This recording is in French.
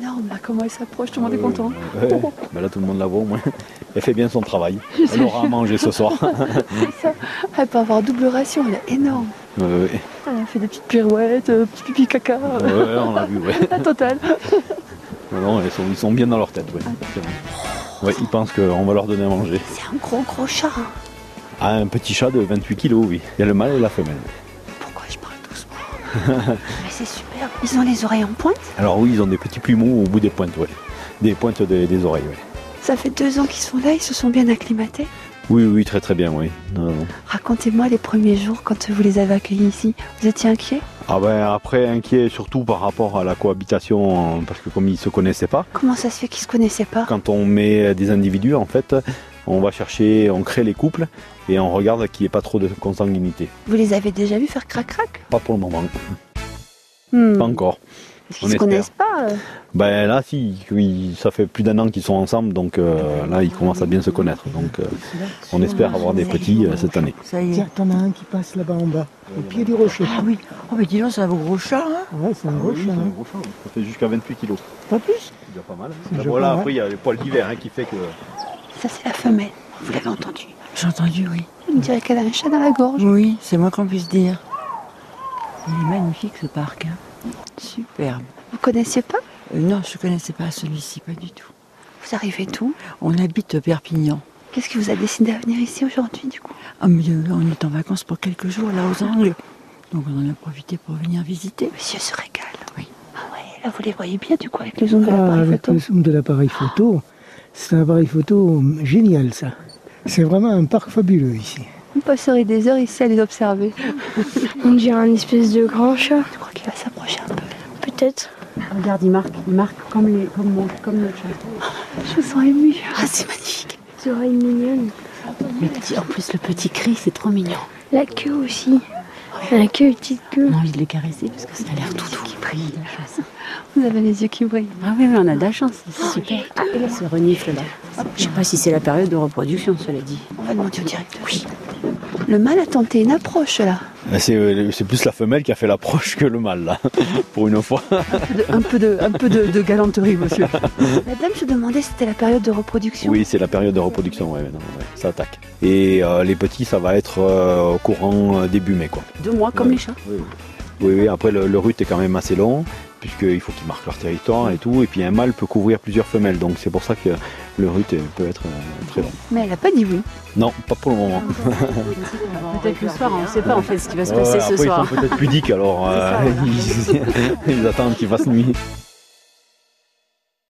énorme, là, comment elle s'approche, tout le monde est content. Euh, Ouais, ben là, tout le monde la voit au moins. Elle fait bien son travail. Elle aura à manger ce soir. C'est ça. Elle peut avoir double ration, elle est énorme. Ouais, ouais, Elle fait des petites pirouettes, euh, petit pipi caca, ouais, ouais, on l'a vu, ouais. la totale. Non, non, ils sont, ils sont bien dans leur tête, ouais. C'est vrai. Ouais, ils pensent qu'on va leur donner à manger. C'est un gros gros chat. hein. Ah, un petit chat de 28 kilos, oui. Il y a le mâle et la femelle. Pourquoi je parle doucement Mais c'est super. Ils ont les oreilles en pointe. Alors oui, ils ont des petits plumeaux au bout des pointes, ouais. Des pointes des, des oreilles, ouais. Ça fait deux ans qu'ils sont là, ils se sont bien acclimatés. Oui, oui, très très bien, oui. Non, non. Racontez-moi les premiers jours quand vous les avez accueillis ici. Vous étiez inquiet Ah ben après, inquiet surtout par rapport à la cohabitation, parce que comme ils se connaissaient pas, Comment ça se fait qu'ils se connaissaient pas quand on met euh, des individus, en fait, on va chercher, on crée les couples et on regarde qu'il n'y ait pas trop de consanguinité. Vous les avez déjà vus faire crac-crac Pas pour le moment, Hmm. Mm. pas encore. Parce on qu'ils se espère. connaissent pas. euh. Ben là, si, oui, ça fait plus d'un an qu'ils sont ensemble, donc euh, là, ils commencent à bien se connaître. Donc euh, on espère avoir des petits euh, cette année. Ça y est. Tiens, t'en as un qui passe là-bas en bas, au pied du rocher. Ah oui. Oh, mais dis donc, c'est un gros chat, hein Ouais, c'est un gros chien. hein. Ah Ça fait jusqu'à 28 kilos. Pas plus C'est déjà pas mal. hein. C'est déjà Voilà, pas mal. après, il y a les poils d'hiver hein, qui fait que. Ça, c'est la femelle. Vous l'avez entendu J'ai entendu, oui. On dirait qu'elle a un chat dans la gorge. Oui, c'est moi qu'on puisse dire. Il est magnifique ce parc, hein. Superbe. Vous connaissiez pas Euh, non, je ne connaissais pas celui-ci, pas du tout. Vous arrivez d'où On habite Perpignan. Qu'est-ce qui vous a décidé à venir ici aujourd'hui, du coup Ah, mais euh, on est en vacances pour quelques jours, là, aux Angles. Donc on en a profité pour venir visiter. Monsieur se régale. Oui. Ah ouais, là, vous les voyez bien, du coup, avec le zoom de Ah, l'appareil avec photo. le zoom de l'appareil photo, c'est un appareil photo génial, ça. C'est vraiment un parc fabuleux ici. On passerait des heures ici à les observer. On dirait un espèce de grand chat, Je crois qu'il va s'approcher un peu. peut-être. Regarde, il marque, il marque comme, les, comme, mon- comme le chat. Je me sens émue. Ah, c'est magnifique. Les oreilles mignonnes. Le petit, en plus, le petit cri, c'est trop mignon. La queue aussi. La queue, une petite queue. On a envie de le caresser parce que ça a l'air tout doux. Vous avez les yeux qui brillent. Ah oui, oui, on a de la chance, c'est super. Ah, et là, ce renifle là. Je sais pas si c'est la période de reproduction, cela dit. On va demander au directeur. Oui. Le mâle a tenté une approche, là. C'est euh, c'est plus la femelle qui a fait l'approche que le mâle, là, pour une fois. Un peu de, un peu de, de galanterie, monsieur. La dame se demandait si c'était la période de reproduction. Oui, c'est la période de reproduction, ouais, maintenant, ouais, ça attaque. Et euh, les petits, ça va être euh, au courant euh, début mai, quoi. Deux mois comme Ouais. les chats. Oui, oui, après le, le rut est quand même assez long, puisqu'il faut qu'ils marquent leur territoire et tout. Et puis un mâle peut couvrir plusieurs femelles, donc c'est pour ça que le rut euh, peut être euh, très long. Mais elle n'a pas dit oui. Non, pas pour le moment. Peut-être le soir, on ne sait pas en fait ce qui va se Ouais, passer après, ce soir. Ils sont peut-être pudiques, alors euh, ils, ils attendent qu'il fasse nuit.